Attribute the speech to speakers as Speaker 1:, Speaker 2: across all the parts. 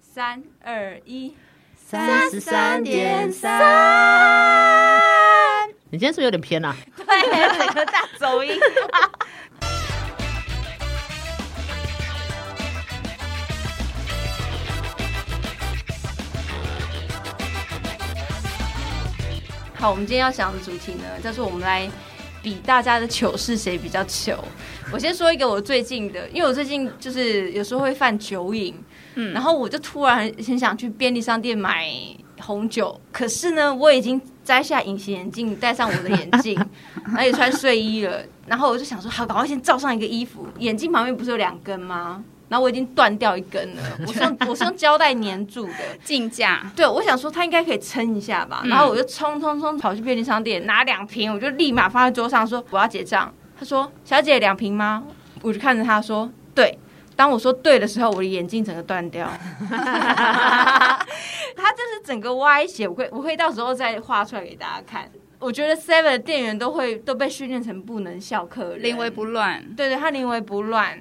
Speaker 1: 三二一，
Speaker 2: 三十三点三。你今天是不是有点偏啊？
Speaker 1: 对，整个大走音。好，我们今天要讲的主题呢，叫做我们来比大家的糗是谁比较糗。我先说一个我最近的，因为我最近就是有时候会犯酒瘾，嗯，然后我就突然很很想去便利商店买红酒，可是呢，我已经摘下隐形眼镜，戴上我的眼镜，然后也穿睡衣了，然后我就想说，好，赶快先罩上一个衣服，眼镜旁边不是有两根吗？然后我已经断掉一根了，我是用我是用胶带粘住的，
Speaker 3: 竞价，
Speaker 1: 对，我想说他应该可以撑一下吧，然后
Speaker 3: 嗯
Speaker 1: 我就冲冲冲跑去便利商店拿两瓶，我就立马放在桌上说我要结账。他说：“小姐，两瓶吗？”我就看着他说：“对。”当我说对的时候，我的眼镜整个断 掉， 他就是整个歪斜，我会我会到时候再画出来给大家看。我觉得 Seven 的店员都会都被训练成不能笑客人，
Speaker 3: 临危不乱。
Speaker 1: 对对，他临危不乱。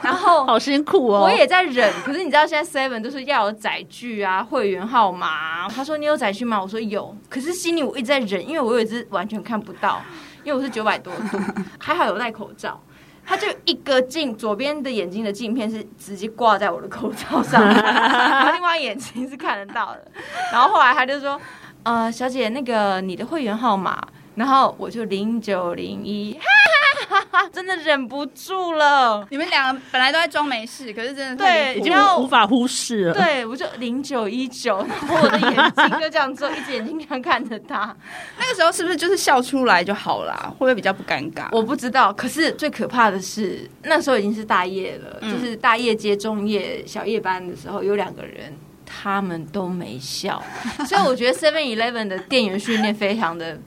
Speaker 1: 然后
Speaker 2: 好辛苦哦。
Speaker 1: 我也在忍，可是你知道现在 Seven 都是要有载具啊、会员号码啊、他说你有载具吗？我说有，可是心里我一直在忍，因为我有一只完全看不到，因为我是九百多度，还好有戴口罩。他就一个镜，左边的眼睛的镜片是直接挂在我的口罩上，然后另外眼睛是看得到的。然后后来他就说：“呃，小姐，那个你的会员号码。”然后我就零九零一，哈哈哈哈，真的忍不住了。
Speaker 3: 你们两个本来都在装没事，可是真的
Speaker 1: 对
Speaker 2: 已
Speaker 3: 太
Speaker 2: 经
Speaker 1: 我要
Speaker 2: 无无法忽视了。
Speaker 1: 对，我就零九一九，然后我的眼睛就这样做，一只眼睛这样看着他。
Speaker 3: 那个时候是不是就是笑出来就好啦？会不会比较不尴尬？
Speaker 1: 我不知道，可是最可怕的是，那时候已经是大夜了，就是大夜接中夜小夜班的时候，有两个人。他们都没 笑，所以我觉得 Seven Eleven 的店员训练非常的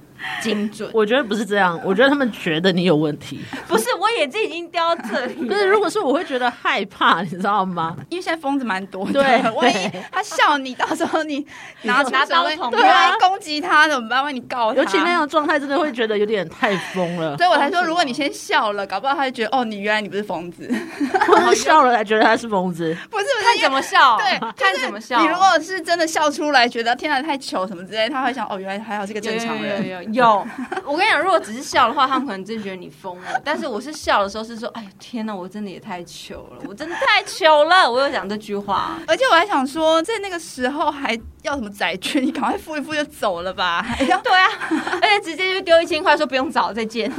Speaker 1: 精准。
Speaker 2: 我觉得不是这样，我觉得他们觉得你有问题。
Speaker 1: 不是，我眼睛已经掉到这里
Speaker 2: 可
Speaker 1: 了，
Speaker 2: 是如果是我会觉得害怕，你知道吗？
Speaker 3: 因为现在疯子蛮多的，
Speaker 2: 对
Speaker 3: 万一他笑你，到时候你拿出
Speaker 1: 拿
Speaker 3: 手
Speaker 1: 刀
Speaker 3: 来
Speaker 1: 捅
Speaker 3: 对
Speaker 1: 他
Speaker 3: 啊，攻击他怎么办？万一你告他，
Speaker 2: 尤其那种状态，真的会觉得有点太疯了，
Speaker 3: 所以我才说，如果你先笑了，搞不好他就觉得哦，你原 来你不是疯子，
Speaker 2: 或者是笑了才觉得他是疯子。
Speaker 3: 不是不
Speaker 1: 看
Speaker 3: 是
Speaker 1: 怎么笑，
Speaker 3: 对，
Speaker 1: 看
Speaker 3: 就是
Speaker 1: 怎么笑。
Speaker 3: 你如果是真的笑出来，觉得天哪太糗什么之类，他会想哦，原来还好是个正常人。
Speaker 1: 有有有有有， 我跟你讲，如果只是笑的话，他们可能真觉得你疯了。但是我是笑的时候是说，哎呦天哪，我真的也太糗了，我真的太糗了。我有讲这句话，
Speaker 3: 而且我还想说，在那个时候还要什么载券？ 你赶快付一付就走了吧。 还要
Speaker 1: 对啊，而且直接就丢一千块，说不用找，再见。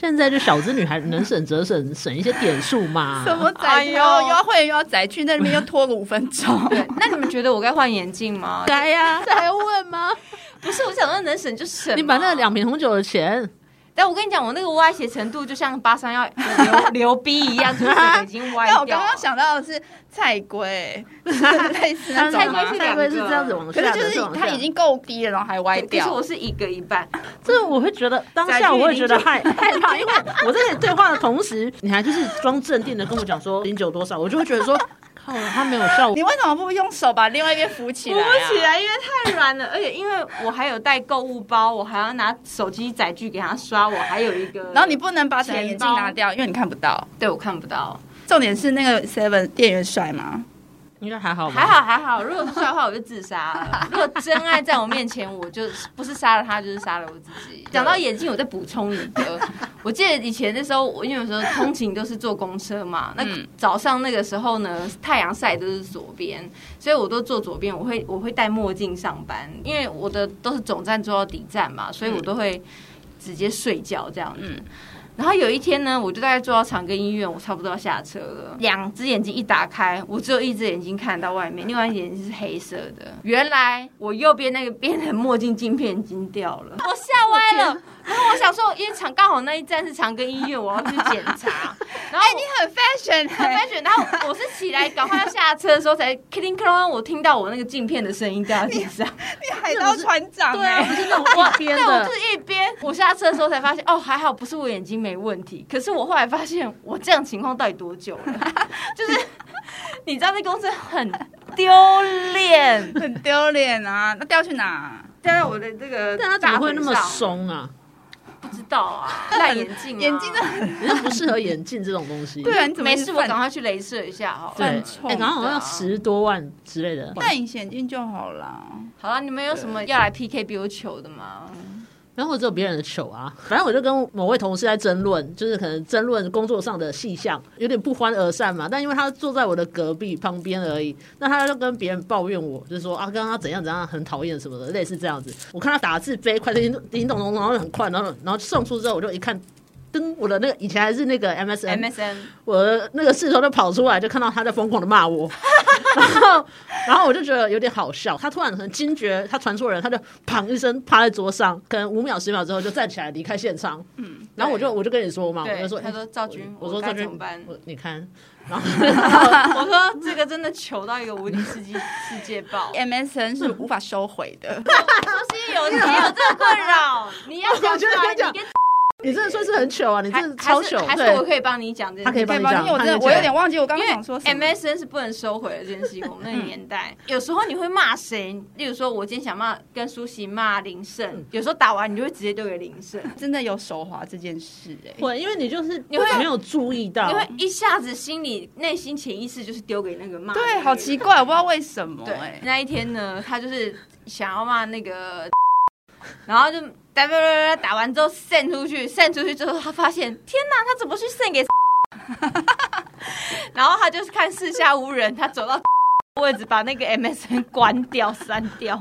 Speaker 2: 现在就小资女孩能省则省，省一些点数嘛。
Speaker 3: 什么
Speaker 1: 哎
Speaker 3: 载
Speaker 1: 呦
Speaker 3: 券？然后又要会员又要载券，在那边又拖个五分钟。
Speaker 1: 对，那你们觉得我该换眼镜吗？
Speaker 3: 啊
Speaker 2: 该呀、这还要问 吗？
Speaker 1: 不是，我想说能省就省。
Speaker 2: 你把那，两瓶红酒的钱，
Speaker 1: 但我跟你讲，我那个歪斜程度就像八三要流 流逼一样，就是整个已经歪
Speaker 3: 但
Speaker 1: 掉。
Speaker 3: 我刚刚，想到的是菜 龟，就是类似那
Speaker 1: 菜
Speaker 3: 种
Speaker 1: 龟
Speaker 3: 吗
Speaker 1: 是？
Speaker 2: 大概是这样子往
Speaker 3: 可
Speaker 2: 下
Speaker 3: 是
Speaker 2: 的，
Speaker 3: 就是它已经够低了，然后还歪
Speaker 1: 可是
Speaker 3: 掉
Speaker 1: 我。是一个一半，
Speaker 2: 这我会觉得当下我会觉得害 害怕，因为我在跟你对话的同时，你还就是装镇定的跟我讲说零九多少，我就会觉得说，靠，他没有笑我
Speaker 3: 你。为什么不用手把另外一边扶起
Speaker 1: 扶
Speaker 3: 来、啊？
Speaker 1: 不起来，因为太软了，而且因为我还有带购物包，我还要拿手机载具给他刷，我还有一个，
Speaker 3: 然后你不能把你的眼镜拿掉，因为你看不到。
Speaker 1: 对我看不到，
Speaker 3: 重点是那个 Seven 店员帅吗？
Speaker 2: 应该还好吧？
Speaker 1: 还好还好，如果是帅的话我就自杀了，如果真爱在我面前，我就不是杀了他就是杀了我自己。 讲到眼镜，我再补充一个，我记得以前那时候，我因为有时候通勤都是坐公车嘛，那
Speaker 3: 嗯
Speaker 1: 早上那个时候呢，太阳晒都是左边，所以我都坐左边，我会我会戴墨镜上班，因为我的都是总站坐到底站嘛，所以我都会直接睡觉这样子。
Speaker 3: 嗯
Speaker 1: 然后有一天呢，我就大概坐到长庚医院，我差不多要下车了。两只眼睛一打开，我只有一只眼睛看得到外面，另外一只眼睛是黑色的。原来我右边那个边的墨镜镜片已经掉了，我吓歪了。然后我想说，因为长刚好那一站是长庚医院，我要去检 查。然后我
Speaker 3: 你很 fashion，
Speaker 1: 哎很
Speaker 3: 欸
Speaker 1: fashion，然后我是起来赶快要下车的时候才 cling cling，我听到我那个镜片的声音掉在地 上。
Speaker 3: 你海盗船长
Speaker 2: 对啊，
Speaker 3: 哎、
Speaker 2: 不是那种一边
Speaker 1: 对，我
Speaker 2: 的
Speaker 1: 就。是一边我下车的时候才发现，哦，还好不是我眼睛没问题。可是我后来发现，哦我这样情况到底多久了？就是 你知道，在公司很丢 脸，
Speaker 3: 很丢脸啊！那掉去哪？
Speaker 1: 掉在我的这个
Speaker 2: 但他怎么会那么？松啊？
Speaker 1: 不知道啊，戴眼镜、啊，
Speaker 3: 眼镜真的很
Speaker 2: 你是不适合眼镜这种东西。
Speaker 3: 对啊，你怎么
Speaker 1: 没
Speaker 3: 一直
Speaker 1: 事，我
Speaker 3: 犯
Speaker 1: 赶快去镭射一下好
Speaker 2: 对，
Speaker 1: 了。
Speaker 2: 哎
Speaker 3: 犯冲，
Speaker 2: 刚刚好
Speaker 1: 的啊
Speaker 2: 像十多万之类的。
Speaker 3: 戴隐形眼镜就好啦。
Speaker 1: 好了，你们有什么要来 PK 比我糗的吗？
Speaker 2: 然后我只有别人的糗啊，反正我就跟某位同事在争论，就是可能争论工作上的细项，有点不欢而散嘛。但因为他坐在我的隔壁旁边而已，那他就跟别人抱怨我，就是说啊，刚刚怎样怎样很讨厌什么的，类似这样子。我看他打字飞快，叮咚叮咚咚，然后很快，然后然后送出之后，我就一看。噔，我的那个以前还是那个 MSN，
Speaker 1: MSN
Speaker 2: 我的那个势头就跑出来，就看到他在疯狂的 骂我，然后然后我就觉得有点好笑。他突然很惊觉，他传错人，他就砰一声趴在桌上，可能五秒十秒之后就站起来离开现场。嗯，然后我就我就跟你说嘛，我
Speaker 1: 对
Speaker 2: 就说，，
Speaker 1: 他
Speaker 2: 哎
Speaker 1: 说赵军，
Speaker 2: 我说
Speaker 1: 该
Speaker 2: 赵
Speaker 1: 怎
Speaker 2: 军
Speaker 1: 么办？
Speaker 2: 我你看，然后
Speaker 1: 我说这个真的糗到一个无敌世界世界爆，
Speaker 3: MSN 是无法收回 的，
Speaker 1: 不是有你有这个困扰，你要讲出来，你跟
Speaker 2: 你真的算是很糗啊，你真的
Speaker 1: 还
Speaker 2: 超
Speaker 1: 还是
Speaker 2: 糗，
Speaker 1: 还是我
Speaker 2: 对，
Speaker 1: 可以帮你讲这件事，
Speaker 2: 他可以
Speaker 3: 可
Speaker 2: 帮你
Speaker 3: 以吧？
Speaker 2: 讲
Speaker 3: 因为我真的
Speaker 2: 他就
Speaker 3: 我有点忘记我刚
Speaker 1: 因
Speaker 3: 刚
Speaker 1: 为
Speaker 3: 想说什么。
Speaker 1: MSN 是不能收回的这件事情，我们那个年代，有时候你会骂谁？例如说，我今天想骂跟舒淇骂林胜，有时候打完你就会直接丢给林胜，
Speaker 3: 真的有手滑这件事哎、
Speaker 2: 会，因为你就是
Speaker 1: 你会
Speaker 2: 没有注意到
Speaker 1: 你，会一下子心里内心潜意识就是丢给那个骂的人。
Speaker 3: 对，好奇怪，我不知道为什么
Speaker 1: 对
Speaker 3: 哎、，
Speaker 1: 那一天呢， 他就是想要骂那个，然后就打打打完之后 send 出去，send 出去之后，他发现天哪，他怎么去 send 给？然后他就是看四下无人，他走到位置，把那个 MSN 关掉、 删掉。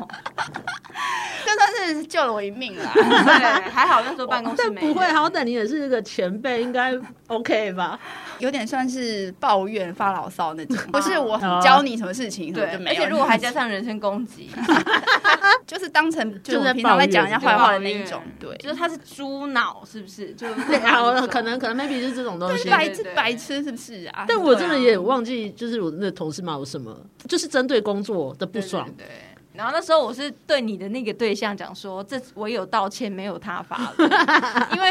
Speaker 3: 这算是救了我一命啦。
Speaker 1: 对，还好那时候办公室
Speaker 2: 哦但
Speaker 1: 没
Speaker 2: 不会，啊
Speaker 1: 人
Speaker 2: 好歹你也是个前辈，应该 OK 吧？
Speaker 3: 有点算是抱怨发牢骚 那种，不是我
Speaker 2: 哦
Speaker 3: 教你什么事情，
Speaker 1: 对
Speaker 3: 什么就，没
Speaker 1: 而
Speaker 3: 有
Speaker 1: 且如果还加上人身攻击，
Speaker 3: 就是当成就是
Speaker 2: 就在
Speaker 3: 我平常在讲人家
Speaker 2: 抱怨
Speaker 3: 坏话的那一种，对，
Speaker 1: 就是他是猪脑，是不是？ 就
Speaker 2: 对啊，
Speaker 1: 那种
Speaker 2: 可能可能 maybe 是这种东西，
Speaker 3: 白
Speaker 1: 对对
Speaker 3: 痴
Speaker 1: 对
Speaker 3: 白痴是不是啊？
Speaker 2: 但我
Speaker 1: 对
Speaker 2: 真
Speaker 1: 啊
Speaker 2: 的也忘记，就是我那同事骂我什么，就是针对工作的不爽。
Speaker 1: 对对对然后那时候我是对你的那个对象讲说，这我有道歉，没有他发了， 因为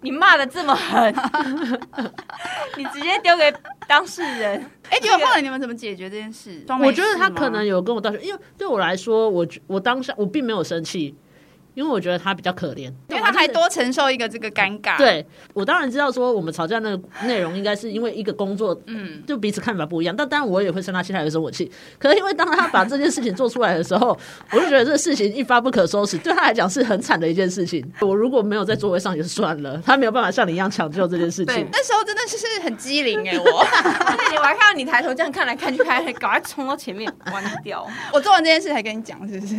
Speaker 1: 你骂的这么狠， 你直接丢给当事人，
Speaker 3: 哎，结果后来你们怎么解决这件事？装没
Speaker 2: 我觉得
Speaker 3: 事
Speaker 2: 他
Speaker 3: 吗
Speaker 2: 可能有跟我道歉，因为对我来说，我觉我当下我并没有生气，因为我觉得他比较可怜。
Speaker 1: 啊
Speaker 3: 因为他还多承受一个这个尴尬，，
Speaker 2: 对我当然知道说我们吵架那个内容应该是因为一个工作，嗯，就彼此看法不一样。但当然我也会生他气，他也会生我气。可是因为当他把这件事情做出来的时候，我就觉得这个事情一发不可收拾，对他来讲是很惨的一件事情。我如果没有在座位上也就算了，他没有办法像你一样抢救这件事情
Speaker 1: 对。
Speaker 3: 那时候真的是很机灵哎，我
Speaker 1: 而且你我还看到你抬头这样看来看去，还还赶快冲到前面关掉。
Speaker 3: 我做完这件事才跟你讲，是不是？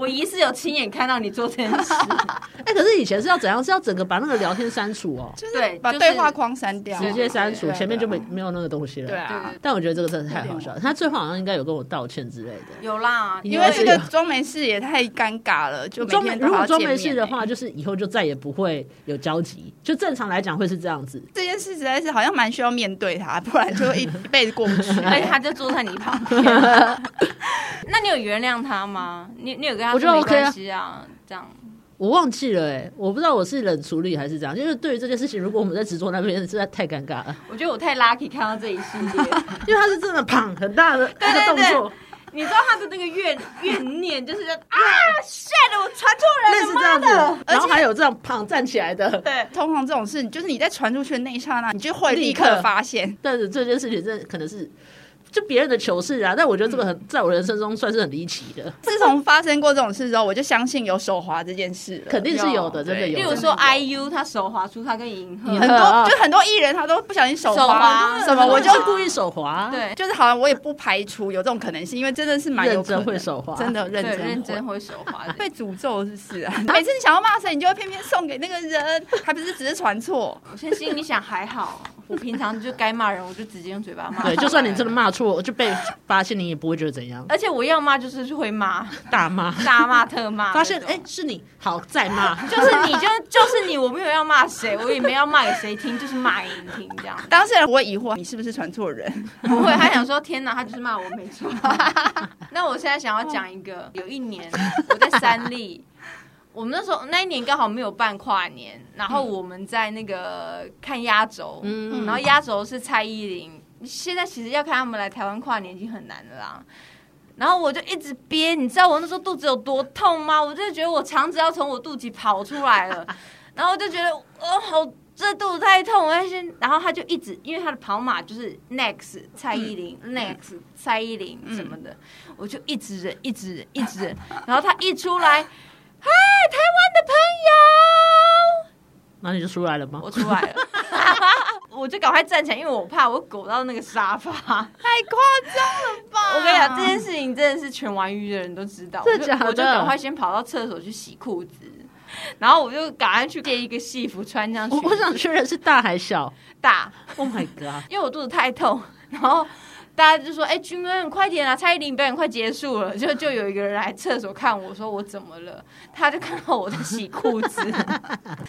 Speaker 1: 我疑似有亲眼看到你做这件事，
Speaker 2: 哎、可是以前是要怎样？是要整个把那个聊天删除哦，
Speaker 1: 对，
Speaker 3: 把
Speaker 1: 就是啊
Speaker 3: 对话框删掉，
Speaker 2: 直接删除，
Speaker 3: 哦对啊
Speaker 2: 前面就没没有那个东西了。
Speaker 3: 对
Speaker 1: 对
Speaker 3: 啊
Speaker 1: 对。
Speaker 2: 但我觉得这个真的太好笑了。他最后好像应该有跟我道歉之类的。
Speaker 1: 有啦，
Speaker 2: 因
Speaker 3: 啊因为这个
Speaker 2: 有
Speaker 3: 装没事也太尴尬了，就每
Speaker 2: 装没
Speaker 3: 天都
Speaker 2: 如
Speaker 3: 还
Speaker 2: 果
Speaker 3: 要
Speaker 2: 装
Speaker 3: 见
Speaker 2: 没事
Speaker 3: 面
Speaker 2: 的
Speaker 3: 欸
Speaker 2: 话，就是以后就再也不会有交集。就正常来讲会是这样子。
Speaker 3: 这件事实在是好像蛮需要面对它，不然就会一一辈子过不去。
Speaker 2: 哎
Speaker 1: 而且他就坐在你旁 边。那你有原谅他吗？你你有跟他
Speaker 2: 我觉
Speaker 1: 说
Speaker 2: 得
Speaker 1: 没
Speaker 2: OK 啊
Speaker 1: 关系啊？这样
Speaker 2: 我忘记了哎、我不知道我是冷处理还是怎样。因为对于这件事情，如果我们在直播那边，实在太尴尬了。
Speaker 1: 我觉得我太 lucky 看到这一系列。
Speaker 2: 因为他是真的砰很大的那个动作，
Speaker 1: 你知道他的那个怨怨念，就是啊，shit，我传错
Speaker 2: 类
Speaker 1: 人
Speaker 2: 似
Speaker 1: 了，
Speaker 2: 这
Speaker 1: 妈
Speaker 2: 样
Speaker 1: 的
Speaker 2: 子，，然后还有这样砰站起来的。
Speaker 1: 对，
Speaker 3: 通常这种事，就是你在传出去的那一刹那，你就会立
Speaker 2: 立
Speaker 3: 刻
Speaker 2: 刻
Speaker 3: 发现。
Speaker 2: 但是这件事情真的可能是就别人的糗事啊，但我觉得这个很在我人生中算是很离奇的，
Speaker 3: 自从发生过这种事之后，我就相信有手滑这件事了。
Speaker 2: 肯定是有的，
Speaker 1: 有
Speaker 2: 真的
Speaker 3: 对
Speaker 1: 例
Speaker 2: 有
Speaker 1: 如
Speaker 2: 的。
Speaker 1: 说 IU 他手滑出他跟银
Speaker 2: 银
Speaker 1: 赫
Speaker 2: 赫
Speaker 3: 很，多，
Speaker 2: 啊
Speaker 3: 就很多艺人他都不小心手
Speaker 1: 手滑
Speaker 3: 滑什么，
Speaker 1: 很多
Speaker 3: 我
Speaker 1: 人
Speaker 3: 就
Speaker 2: 就是故意手滑，，
Speaker 1: 对，
Speaker 3: 就是好像我也不排除有这种可能性，因为真的是蛮啊 有
Speaker 2: 认
Speaker 3: 可能
Speaker 2: 真会手滑，
Speaker 3: 真。的认
Speaker 1: 对，
Speaker 3: 真
Speaker 1: 认
Speaker 3: 会
Speaker 1: 真会手滑的。
Speaker 3: 被诅咒是不是啊？ 每次你想要骂谁，你就会偏偏送给那个人，还不是只是传错？
Speaker 1: 我现在心里想还好，我平常就该骂人，我就直接用嘴巴骂。
Speaker 2: 对，就算你真的骂错，就被发现，你也不会觉得怎样，
Speaker 1: 而且我要骂就是会 骂，
Speaker 2: 大骂。
Speaker 1: 呃大骂特骂那种。
Speaker 2: 发现哎、哎是你，好再骂。
Speaker 1: 就是你就就是你，我没有要骂谁，我也没有要骂给谁听，就是骂给你听这样。
Speaker 3: 当事人不会疑惑你是不是传错 人，
Speaker 1: 不会，他想说天哪，他就是骂我没错。那我现在想要讲一个，有一年我在三立， 我们那时候那一年刚好没有办跨年，然后我们在那个看压轴，
Speaker 2: 嗯
Speaker 1: 然后压轴是蔡依林，现在其实要看他们来台湾跨年已经很难了啦。然后我就一直憋，你知道我那时候肚子有多痛吗？我真的觉得我肠子要从我肚脐跑出来了。然后我就觉得哦，好，这肚子太痛，我要先。然后他就一直，因为他的跑马就是 next 蔡依林、next
Speaker 2: 嗯
Speaker 1: 蔡依林什么的，我就一直忍，一直忍，一直 忍。然后他一出来，嗨，台湾的朋友，
Speaker 2: 那你就出来了吗
Speaker 1: 我？出来了， 我就赶快站起来，因为我怕我狗到那个沙 发。
Speaker 3: 太夸张了吧！
Speaker 1: 我跟你讲，这件事情真的是全玩鱼的人都知道，
Speaker 2: 真的假的
Speaker 1: 我就我就赶快先跑到厕所去洗裤子，然后我就赶快去借一个戏服穿上去
Speaker 2: 我。我想确认是大还小
Speaker 1: 大，
Speaker 2: ？Oh my god！
Speaker 1: 因为我肚子太痛， 然后。大家就说：“哎、君恩，快点啊！蔡依林表演快结束了。就”就有一个人来厕所看我说：“我怎么了？”他就看到我在洗裤 子，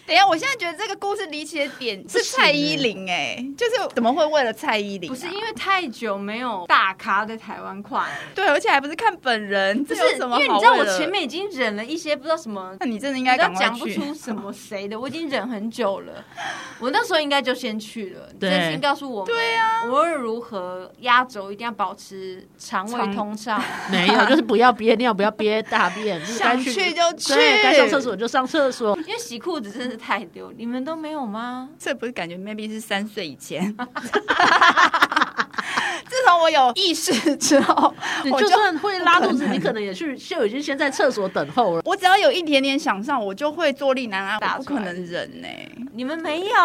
Speaker 3: 等一下，我现在觉得这个故事离奇的点是蔡依林哎、就是怎么会为了蔡依林啊、
Speaker 1: 不是因为太久没有大咖在台湾跨年，
Speaker 3: 对，而且还不是看本人，
Speaker 1: 不
Speaker 3: 这
Speaker 1: 是
Speaker 3: 有什
Speaker 1: 因
Speaker 3: 么好
Speaker 1: 为你知道
Speaker 3: 为
Speaker 1: 我
Speaker 3: 了
Speaker 1: 前，面已经忍了一些不知道什 么
Speaker 3: 那你真的应该赶
Speaker 1: 你知道
Speaker 3: 快
Speaker 1: 讲不
Speaker 3: 去。
Speaker 1: 出什么谁的，我已经忍很久了。我那时候应该就先去了。这
Speaker 2: 对
Speaker 1: 件事情告诉我们，对啊，无论如何压轴一定要保持肠胃
Speaker 3: 肠
Speaker 1: 通畅。
Speaker 2: 没有，就是不要憋尿，不要憋大便，就是该
Speaker 3: 想去就去，
Speaker 2: 对，该上厕所就上厕所。
Speaker 1: 因为洗裤子真的太丢，你们都没有吗？
Speaker 3: 这不是感觉 maybe 是三岁以前。 自从我有意识之后，
Speaker 2: 你
Speaker 3: 我
Speaker 2: 就
Speaker 3: 就
Speaker 2: 算会拉肚子，你可能也去就已经先在厕所等候了。
Speaker 3: 我只要有一点点想上，我就会坐立难安，
Speaker 1: 打
Speaker 3: 我不
Speaker 1: 出来
Speaker 3: 可能忍呢、
Speaker 1: 你们没有。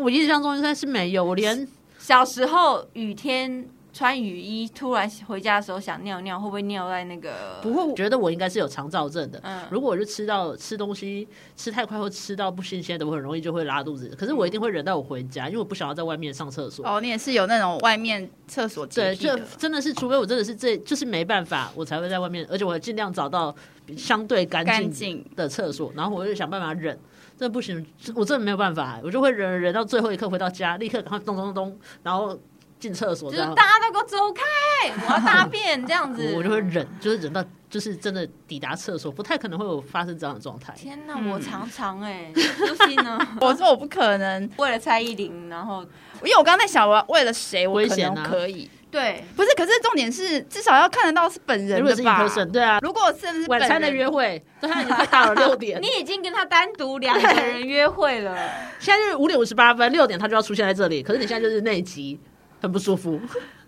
Speaker 2: 我印象中应该是没有，我连
Speaker 1: 小时候雨天穿雨衣，突然回家的时候想尿尿，会不会尿在那个？
Speaker 2: 不过我觉得我应该是有肠燥症的。
Speaker 1: 嗯
Speaker 2: 如果我就吃到吃东西吃太快或吃到不新鲜的，我很容易就会拉肚子。可是我一定会忍到我回家，因为我不想要在外面上厕所。
Speaker 3: 哦，你也是有那种外面厕所洁
Speaker 2: 对，
Speaker 3: 癖
Speaker 2: 就
Speaker 3: 的。
Speaker 2: 真的是，除非我真的是这就是没办法，我才会在外面，而且我尽量找到相对干
Speaker 3: 干
Speaker 2: 净
Speaker 3: 净
Speaker 2: 的厕所，然后我就想办法忍。这不行，我真的没有办法，我就会忍忍到最后一刻回到家，立刻赶快咚咚咚，然后进厕所
Speaker 1: 就
Speaker 2: 这
Speaker 1: 是
Speaker 2: 样，
Speaker 1: 大家都给我走开，我要大便这样子。
Speaker 2: 我就会忍，就是忍到就是真的抵达厕所，不太可能会有发生这样的状态。
Speaker 1: 天哪，
Speaker 3: 嗯
Speaker 1: 我常常哎、苏西呢？
Speaker 3: 我说我不可能，
Speaker 1: 为了蔡依林，然后
Speaker 3: 因为我刚才想，我要为了谁，我
Speaker 2: 危
Speaker 3: 可
Speaker 2: 险
Speaker 3: 能
Speaker 2: 啊
Speaker 3: 可以。
Speaker 1: 对，
Speaker 3: 不是，可是重点是，至少要看得到是本人
Speaker 2: 如果
Speaker 3: 的
Speaker 2: 是一
Speaker 3: 吧？
Speaker 2: person，对啊，
Speaker 3: 如果是不是
Speaker 2: 晚餐的
Speaker 3: 本人
Speaker 2: 约会，对他已经快到 了六点
Speaker 1: 你，已经跟他单独两个人约会了，
Speaker 2: 现在就是五点五十八分，六点他就要出现在这里，可是你现在就是内急，很不舒 服。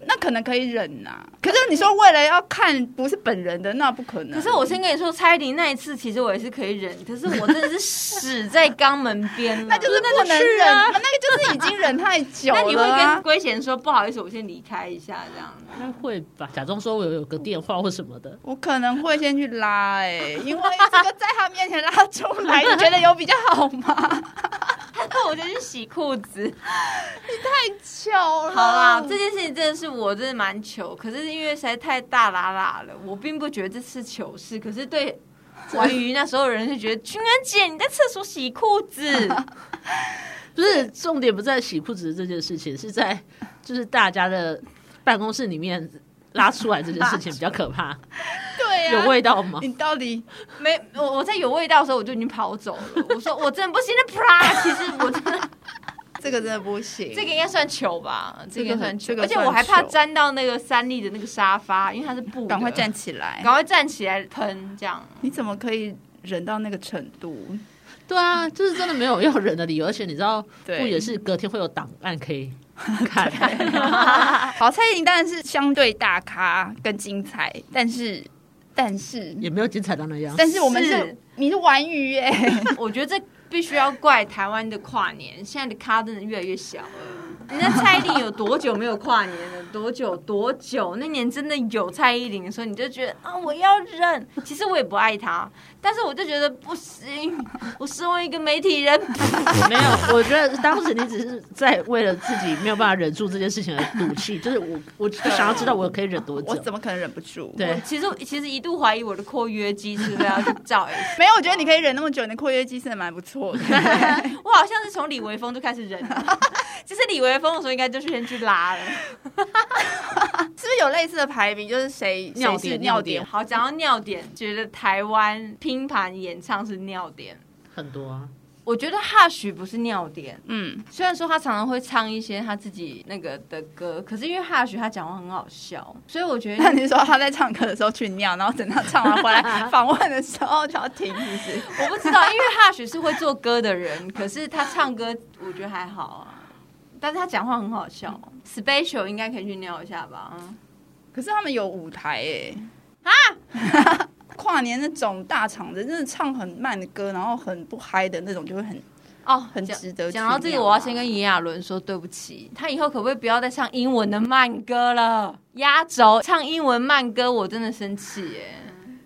Speaker 3: 那可能可以忍呐、可是你说为了要看不是本人的，那不可能。
Speaker 1: 可是我先跟你说，蔡依林那一次其实我也是可以忍，可是我真的是屎在肛门边了，
Speaker 3: 那就是
Speaker 1: 那
Speaker 3: 不能
Speaker 1: 是
Speaker 3: 忍，
Speaker 1: 啊
Speaker 3: 那个就是已经忍太 久
Speaker 1: 那
Speaker 3: 了、啊。
Speaker 1: 你会跟龟贤说不好意思，我先离开一下这样？
Speaker 2: 应该会吧，假装说我有有个电话或什么的。
Speaker 3: 我可能会先去拉哎、因为这个在他面前拉出来，你觉得有比较好吗？
Speaker 1: 那我就去洗裤子。
Speaker 3: 巧了，
Speaker 1: 好啦，
Speaker 3: 哦
Speaker 1: 这件事情真的是我真的蛮糗，可是因为实在太大啦啦了，我并不觉得这是糗事，可是对。关于那时候人是觉得，君安姐你在厕所洗裤 子，
Speaker 2: 不是重点不在洗裤子这件事情，是在就是大家的办公室里面拉出来这件事情比较可怕，
Speaker 3: 对呀、
Speaker 2: 有味道吗？
Speaker 3: 你到底
Speaker 1: 没，我我在有味道的时候我就已经跑走了。我说我真的不行了，啪！其实我真的
Speaker 3: 这个真的不行，
Speaker 1: 这个应该算糗吧，这个应该算糗
Speaker 3: 这，个
Speaker 1: 而
Speaker 3: 很
Speaker 1: 且
Speaker 3: 这个
Speaker 1: 我还怕
Speaker 3: 算糗
Speaker 1: 沾到那个三立的那个沙发，因为它是布的，
Speaker 3: 赶快站，起来
Speaker 1: 赶！快站起来喷这样。
Speaker 3: 你怎么可以忍到那个程度？
Speaker 2: 对啊，就是真的没有要忍的理由，而且 你知道，不
Speaker 3: 对
Speaker 2: 也是隔天会有档案 可以看。
Speaker 3: 啊好，蔡依林当然是相对大咖跟精彩，但是但是
Speaker 2: 也没有精彩到那样，
Speaker 3: 但是我们是
Speaker 1: 是
Speaker 3: 你是玩鱼哎、
Speaker 1: 我觉得这必须要怪台湾的跨年，现在的咖真的越来越小了。人家蔡依林有多久没有跨年了？多久多久？那年真的有蔡依林的时候，你就觉得啊，我要忍。其实我也不爱她，但是我就觉得不行。我身为一个媒体人，
Speaker 2: 没有，我觉得当时你只是在为了自己没有办法忍住这件事情而赌气， 就是我，我就想要知道我可以忍多久
Speaker 3: 我。怎么可能忍不住？
Speaker 2: 对，
Speaker 1: 其实其实一度怀疑我的括约肌是不是要去照一下。
Speaker 3: 没有，我觉得你可以忍那么久，你的括约肌真的蛮不错的。
Speaker 1: 我好像是从李维峰就开始忍 了。其实李维峰的时候应该就是先去拉了。
Speaker 3: 是不是有类似的排名？就是谁
Speaker 2: 尿
Speaker 3: 谁
Speaker 2: 点
Speaker 3: 是
Speaker 2: 尿
Speaker 3: 尿
Speaker 2: 点
Speaker 3: 点？
Speaker 1: 好，讲到尿点，觉得台湾拼盘演唱是尿点。
Speaker 2: 很多啊，
Speaker 1: 我觉得哈许不是尿点，
Speaker 3: 嗯，
Speaker 1: 虽然说他常常会唱一些他自己那个的歌，可是因为哈许他讲话很好笑，所以我觉
Speaker 3: 那
Speaker 1: 得。
Speaker 3: 你说他在唱歌的时候去尿，然后等他唱完回 来访问的时候就要停，是不是？
Speaker 1: 我不知道，因为哈许是会做歌的人， 可是他唱歌我觉得还好啊，但是他讲话很好笑。Special 应该可以去尿一下吧？
Speaker 3: 可是他们有舞台哎、啊！ 跨年那种大场子，真的唱很慢的歌，然后很不嗨的那种，就会很
Speaker 1: 哦，
Speaker 3: 很
Speaker 1: 讲
Speaker 3: 值得
Speaker 1: 讲到这
Speaker 3: 去
Speaker 1: 个，
Speaker 3: 尿
Speaker 1: 我要
Speaker 3: 啊
Speaker 1: 先跟炎亚纶说对不起，他以后可不可以不要再唱英文的慢歌了？压轴唱英文慢歌，我真的生气耶！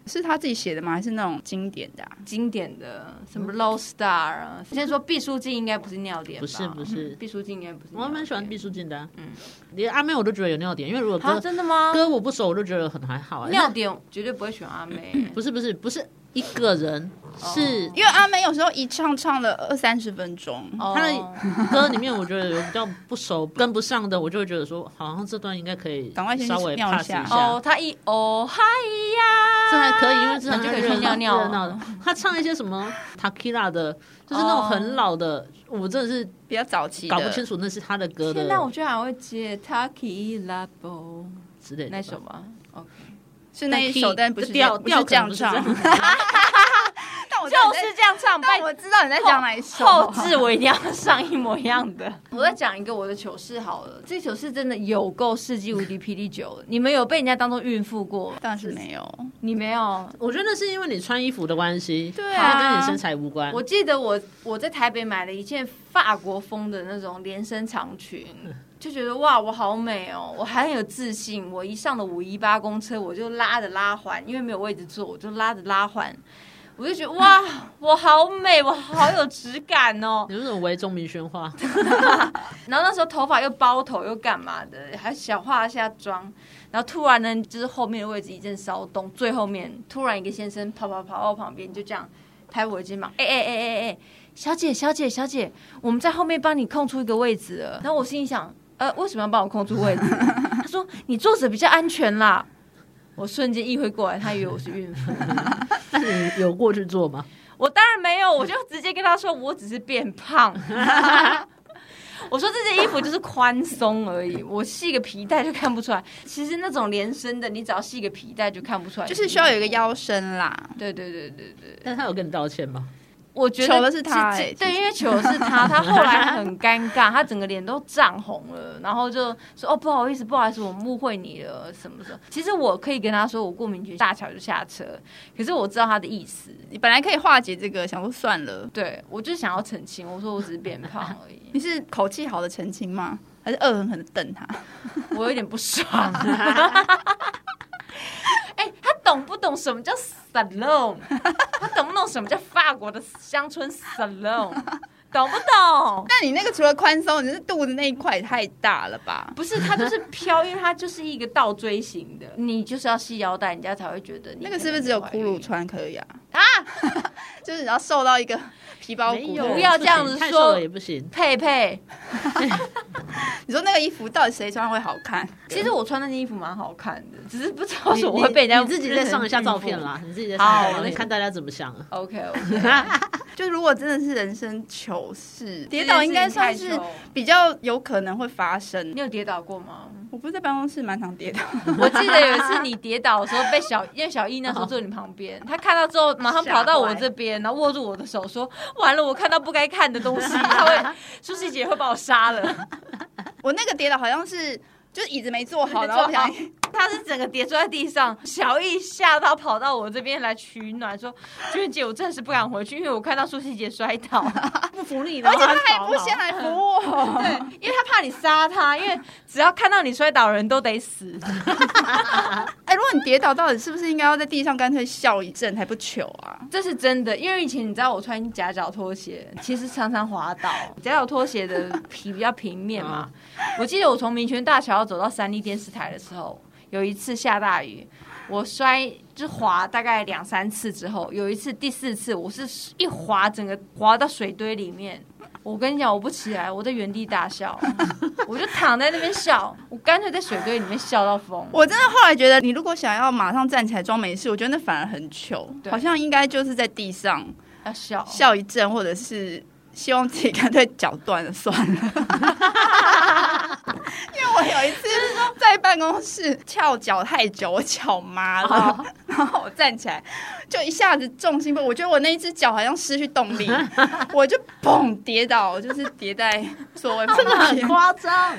Speaker 3: 是他自己写的吗？还是那种经典的、啊？
Speaker 1: 经典的什么《Low Star》啊，先说毕书尽应该不是尿点吧，
Speaker 2: 不是不是
Speaker 1: 毕书尽应该不是尿
Speaker 2: 我
Speaker 1: 点。
Speaker 2: 还蛮喜欢毕书尽的、啊，
Speaker 1: 嗯
Speaker 2: 嗯，连阿妹我都觉得有尿点，因为如果
Speaker 1: 啊，
Speaker 2: 歌
Speaker 1: 真的吗？
Speaker 2: 歌我不熟，我都觉得很还好、欸。
Speaker 1: 尿点绝对不会选阿妹，哦
Speaker 2: 不是不是不是一个人，是
Speaker 3: 因为阿妹有时候一唱唱了二三十分钟，
Speaker 1: 哦
Speaker 2: 他的歌里面我觉得有比较不熟、跟不上的，我就会觉得说，好像这段应该可以
Speaker 3: 赶快先去
Speaker 2: 稍微
Speaker 3: 尿一
Speaker 2: pass
Speaker 3: 下
Speaker 2: 一下。
Speaker 1: 哦，他一哦嗨呀，
Speaker 2: 这还可以，因为这
Speaker 1: 那
Speaker 2: 很
Speaker 1: 就可以
Speaker 2: 热
Speaker 1: 去尿尿
Speaker 2: 热闹
Speaker 1: 了
Speaker 2: 的。他唱一些什么 Takira 的，就是那种
Speaker 1: 哦
Speaker 2: 很老的，我真的是
Speaker 3: 比较早期的，
Speaker 2: 搞不清楚那是他的歌的
Speaker 1: 天哪，我居然还会接 Taki Labo
Speaker 2: 之类的吧。
Speaker 1: 那首吗？OK，
Speaker 3: 是那一首，但不是
Speaker 2: 调
Speaker 3: 不
Speaker 2: 调
Speaker 3: 是
Speaker 2: 可
Speaker 3: 这
Speaker 2: 能
Speaker 3: 样
Speaker 2: 不是
Speaker 3: 唱。但我知
Speaker 1: 就
Speaker 3: 道你在
Speaker 1: 是这样唱，拜
Speaker 3: 但我知道你在讲哪一首。
Speaker 1: 后置 我一定要上一模一样的。 我再讲一个我的糗事好了，这糗事真的有够世纪无敌霹雳九了。你们有被人家当做孕妇过吗？
Speaker 3: 当然是没有，
Speaker 1: 你没有？
Speaker 2: 我觉得那是因为你穿衣服的关系，
Speaker 3: 对
Speaker 2: 它
Speaker 3: 啊
Speaker 2: 跟你身材无关。
Speaker 1: 我记得我我在台北买了一件法国风的那种连身长裙，就觉得哇，我好美哦，我还很有自信。我一上了五一八公车，我就拉着拉环，因为没有位置坐，我就拉着拉环。我就觉得哇，我好美，我好有质感哦。
Speaker 2: 你为什么为钟明轩化？
Speaker 1: 然后那时候头发又包头又干嘛的，还想化一下妆。然后突然呢，就是后面的位置一阵骚动，最后面突然一个先生跑跑跑到我旁边，就这样拍我的肩膀，哎哎哎哎哎，小姐小姐小姐，我们在后面帮你空出一个位置了。然后我心里想，呃，为什么要帮我空出位置？ 他说你坐着比较安全啦。我瞬间意会过来，他以为我是孕妇。
Speaker 2: 那你有过去做吗？
Speaker 1: 我当然没有，我就直接跟他说，我只是变 胖。我说这件衣服就是宽松而已，我系个皮带就看不出来。其实那种连身的，你只要系个皮带就看不出来。
Speaker 3: 就是需要有一个。腰身啦。
Speaker 1: 对对对对对，
Speaker 2: 但他有跟你道歉吗？
Speaker 1: 我觉得
Speaker 3: 糗的是他欸
Speaker 1: 对，
Speaker 3: 其
Speaker 1: 因为糗的是他，他后来很尴尬，他整个脸都涨红了，然后就说：“哦，不好意思，不好意思，我们误会你了，什么什么。”其实我可以跟他说，我过民局大桥就下车，可是我知道他的意思，
Speaker 3: 你本来可以化解这个，想说算了。
Speaker 1: 对我就想要澄清，我说我只是变胖而已。
Speaker 3: 你是口气好的澄清吗？还是恶狠狠的瞪他？
Speaker 1: 我有点不 爽。哎、他懂不懂什么叫 salon？他懂不懂什么叫法国的乡村 salon？懂不懂？
Speaker 3: 但你那个除了宽松，你是肚子那一块也太大了吧？
Speaker 1: 不是，他就是飘，因为他就是一个倒锥型的，你就是要系腰带，人家才会觉得你
Speaker 3: 那个是不是只有骷髅
Speaker 1: 穿？
Speaker 3: 穿可以啊？啊， 就是你要瘦到一个皮包骨
Speaker 2: 没
Speaker 3: 的
Speaker 2: 有，
Speaker 1: 不要这样子
Speaker 2: 不行太
Speaker 1: 说
Speaker 2: 瘦了也不行。
Speaker 1: 佩佩，
Speaker 3: 你说那个衣服到底谁穿会好看？
Speaker 1: 其实我穿那件衣服蛮好看的，只是不知道为
Speaker 2: 你
Speaker 1: 什么会被人家
Speaker 2: 你自己再上一下照片。啦，你自己再上
Speaker 1: 好
Speaker 2: 一下照
Speaker 1: 我再
Speaker 2: 片，看大家怎么想啊。
Speaker 1: OK OK，
Speaker 3: 就如果真的是人生糗事，跌倒应该算是比较有可能会发生。
Speaker 1: 你有跌倒过吗？
Speaker 3: 我不是在办公室蛮常跌倒，
Speaker 1: 我记得有一次你跌倒的时候，被小因为小易那时候坐你旁边，他看到之后马上跑到我这边，然后握住我的手说：“完了，我看到不该看的东 西，他会舒淇姐会把我杀了。
Speaker 3: 我那个跌倒好像是就是椅子没坐好，
Speaker 1: 没
Speaker 3: 然
Speaker 1: 坐
Speaker 3: 后
Speaker 1: 好
Speaker 3: 不小心”
Speaker 1: 他是整个跌坐在地上，小易吓到跑到我这边来取暖，说：“娟姐，我真的是不敢回去，因为我看到舒淇姐摔 倒，
Speaker 2: 不服你，
Speaker 3: 而且他还不先来扶我，
Speaker 1: 对，因为他怕你杀他，因为只要看到你摔倒，人都得死。
Speaker 3: 哎、如果你跌倒，到底是不是应该要在地上干脆笑一阵，还不糗啊？
Speaker 1: 这是真的，因为以前你知道我穿夹脚拖鞋，其实常常滑倒。夹脚拖鞋的皮比较平面嘛。我记得我从民权大桥要走到三立电视台的时候，有一次下大雨，我摔就滑大概两三次之后，有一次第四次我是一滑整个滑到水堆里面。我跟你讲，我不起来，我在原地大笑，我就躺在那边笑，我干脆在水堆里面笑到疯。
Speaker 3: 我真的后来觉得，你如果想要马上站起来装没事，我觉得那反而很糗，
Speaker 1: 对
Speaker 3: 好像应该就是在地上
Speaker 1: 要笑，
Speaker 3: 笑一阵，或者是希望自己干脆脚断了算了。 因为我有一次在办公室翘脚太久，我脚麻
Speaker 2: 哦
Speaker 3: 了，然后我站起来就一下子重心不，我觉得我那一只脚好像失去 动力，我就砰跌倒，我就是跌在座位旁
Speaker 2: 真的很
Speaker 3: 边
Speaker 2: 夸张。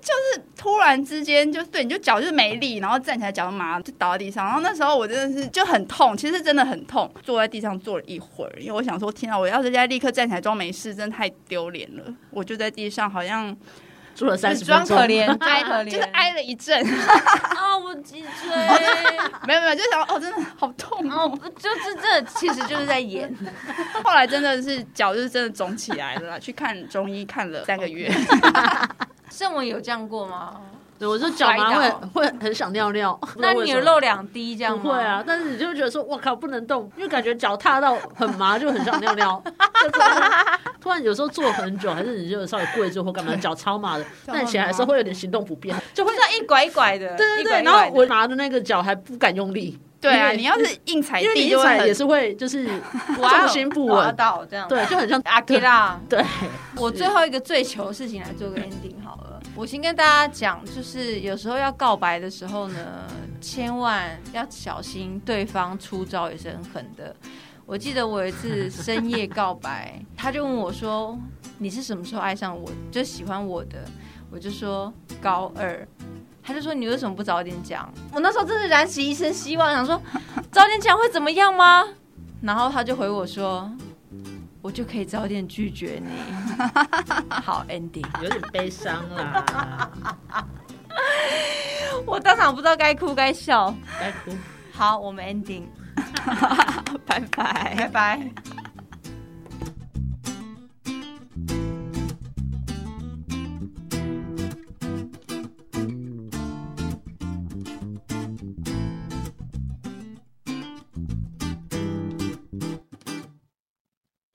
Speaker 3: 就是突然之间，就对，你就脚就是没力，然后站起来脚就麻，就倒在地上。然后那时候我真的是就很痛，其实真的很痛，坐在地上坐了一会儿，因为我想说，天啊，我要是现在立刻站起来装没事，真的太丢脸了。我就在地上好像
Speaker 2: 住了三
Speaker 1: 就是
Speaker 2: 十分
Speaker 1: 装
Speaker 2: 钟，
Speaker 1: 可怜，太可怜，
Speaker 3: 就是挨了一 阵，
Speaker 1: 啊，我脊椎，
Speaker 3: 没有没有，就想哦，真的好痛
Speaker 1: 哦
Speaker 3: 哦。，
Speaker 1: 就是这其实就是在演，
Speaker 3: 后来真的是脚就是真的肿起来了啦，去看中医看了三个月。
Speaker 1: 盛文有这样过吗？
Speaker 2: 对我就脚麻
Speaker 1: 摔
Speaker 2: 会
Speaker 1: 倒
Speaker 2: 会很想尿尿。
Speaker 1: 那
Speaker 2: 不
Speaker 1: 你有
Speaker 2: 知道为什么
Speaker 1: 漏两滴这样吗？
Speaker 2: 不会啊，但是你就会觉得说，我靠，不能动，因为感觉脚踏到很麻，就很想尿 尿。就突然突然有时候坐很久，还是你就稍微跪坐或干嘛，脚超麻的。
Speaker 3: 麻
Speaker 2: 但你起来的时候会有点行动不便，就
Speaker 1: 不
Speaker 2: 会
Speaker 1: 是。一拐一拐的，
Speaker 2: 对对
Speaker 1: 一拐
Speaker 2: 对，
Speaker 1: 一
Speaker 2: 然后
Speaker 1: 拐的
Speaker 2: 我麻的那个脚还不敢用力，
Speaker 3: 对啊，
Speaker 2: 因为
Speaker 3: 你要是硬踩
Speaker 2: 因哎为你
Speaker 3: 地
Speaker 2: 一
Speaker 3: 就会
Speaker 2: 踩也
Speaker 3: 很
Speaker 2: 是会就是
Speaker 1: 哇哦
Speaker 2: 重心不
Speaker 1: 滑
Speaker 2: 稳，
Speaker 1: 倒这样。
Speaker 2: 对，就很像
Speaker 1: 阿基啦，
Speaker 2: 对，
Speaker 1: 我最后一个最糗的事情来做个 ending 好了。我先跟大家讲，就是有时候要告白的时候呢，千万要小心对方出招也是很狠的。我记得我有一次深夜告白，他就问我说：“你是什么时候爱上我，就喜欢我的？”我就说高二，他就说你为什么不早点讲？我那时候真的燃起一身希望，想说早点讲会怎么样吗？然后他就回我说，我就可以早点拒绝你。好 ending，
Speaker 2: 有点悲伤啦，
Speaker 1: 我当场不知道该哭该笑。
Speaker 2: 该哭。
Speaker 1: 好，我们 ending，
Speaker 3: 拜拜。
Speaker 1: 拜拜。